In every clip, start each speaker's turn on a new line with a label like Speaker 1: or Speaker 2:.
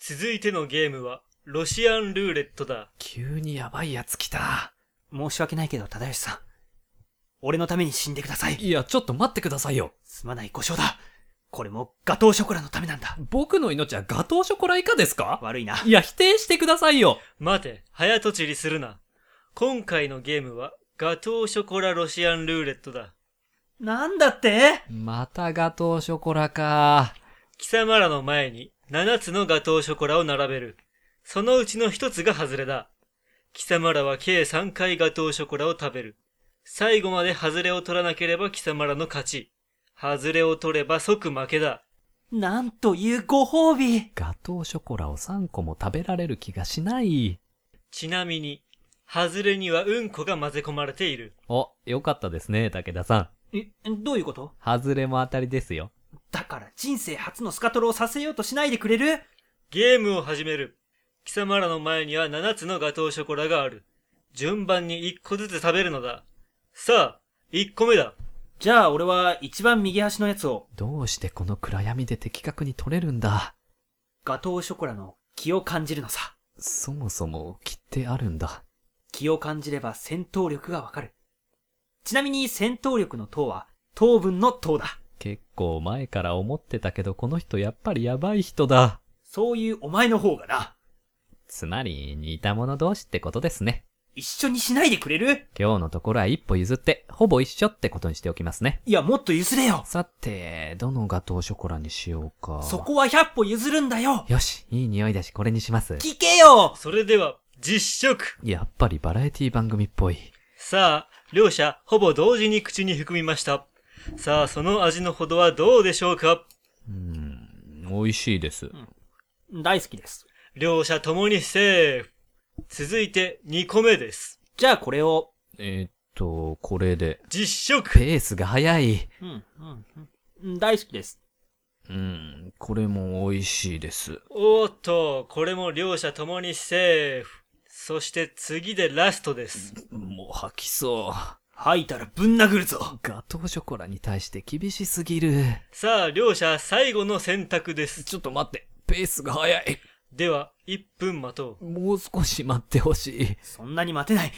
Speaker 1: 続いてのゲームは、ロシアンルーレットだ。
Speaker 2: 急にやばいやつ来た。申し訳ないけど、忠義さん。俺のために死んでください。
Speaker 3: いや、ちょっと待ってくださいよ。
Speaker 2: すまない故障だ。これもガトーショコラのためなんだ。
Speaker 3: 僕の命はガトーショコラ以下ですか
Speaker 2: 悪いな。
Speaker 3: いや、否定してくださいよ。
Speaker 1: 待て、早とちりするな。今回のゲームは、ガトーショコラロシアンルーレットだ。
Speaker 2: なんだって
Speaker 3: またガトーショコラか。
Speaker 1: 貴様らの前に7つのガトーショコラを並べる。そのうちの1つが外れだ。貴様らは計3回ガトーショコラを食べる。最後まで外れを取らなければ貴様らの勝ち。外れを取れば即負けだ。
Speaker 2: なんというご褒美。
Speaker 3: ガトーショコラを3個も食べられる気がしない。
Speaker 1: ちなみに、外れにはうんこが混ぜ込まれている。
Speaker 3: お、よかったですね、武田さ
Speaker 2: え、どういうこと
Speaker 3: ん。外れも当たりですよ。
Speaker 2: だから人生初のスカトロをさせようとしないでくれる
Speaker 1: ゲームを始める。貴様らの前には7つのガトーショコラがある。順番に1個ずつ食べるのだ。さあ、1個目だ。
Speaker 2: じゃあ俺は一番右端のやつを、
Speaker 3: どうしてこの暗闇で的確に取れるんだ。
Speaker 2: ガトーショコラの気を感じるのさ。
Speaker 3: そもそも切ってあるんだ。
Speaker 2: 気を感じれば戦闘力がわかる。ちなみに戦闘力の塔は、糖分の糖だ。
Speaker 3: 結構前から思ってたけど、この人やっぱりやばい人だ。
Speaker 2: そういうお前の方がな。
Speaker 3: つまり、似た者同士ってことですね。
Speaker 2: 一緒にしないでくれる
Speaker 3: 今日のところは一歩譲って、ほぼ一緒ってことにしておきますね。
Speaker 2: いや、もっと譲れよ。
Speaker 3: さて、どのガトーショコラにしようか。
Speaker 2: そこは100歩譲るんだよ。
Speaker 3: よし、いい匂いだしこれにします。
Speaker 2: 聞けよ
Speaker 1: それでは、実食
Speaker 3: やっぱりバラエティ番組っぽい。
Speaker 1: さあ、両者ほぼ同時に口に含みました。さあ、その味のほどはどうでしょうか
Speaker 3: うーん、美味しいです。
Speaker 2: 大好きです。
Speaker 1: 両者ともにセーフ。続いて2個目です。
Speaker 2: じゃあこれを。
Speaker 3: えーっと、これで。
Speaker 1: 実食
Speaker 3: ペースが早い。
Speaker 2: うん、うん、うん。大好きです。
Speaker 3: うん、これも美味しいです。
Speaker 1: おーっと、これも両者ともにセーフ。そして次でラストです。
Speaker 3: もう吐きそう。
Speaker 2: 吐いたらぶん殴るぞ。
Speaker 3: ガトーショコラに対して厳しすぎる。
Speaker 1: さあ、両者最後の選択です。
Speaker 3: ちょっと待って、ペースが早い。
Speaker 1: では、1分待とう。
Speaker 3: もう少し待ってほし
Speaker 2: そんなに待てない。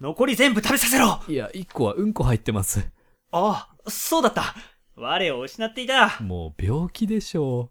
Speaker 2: 残り全部食べさせろあ
Speaker 3: い。いや、一個はうんこ入ってます。
Speaker 2: あ、そうだった。我を失っていた。
Speaker 3: もう病気でしょ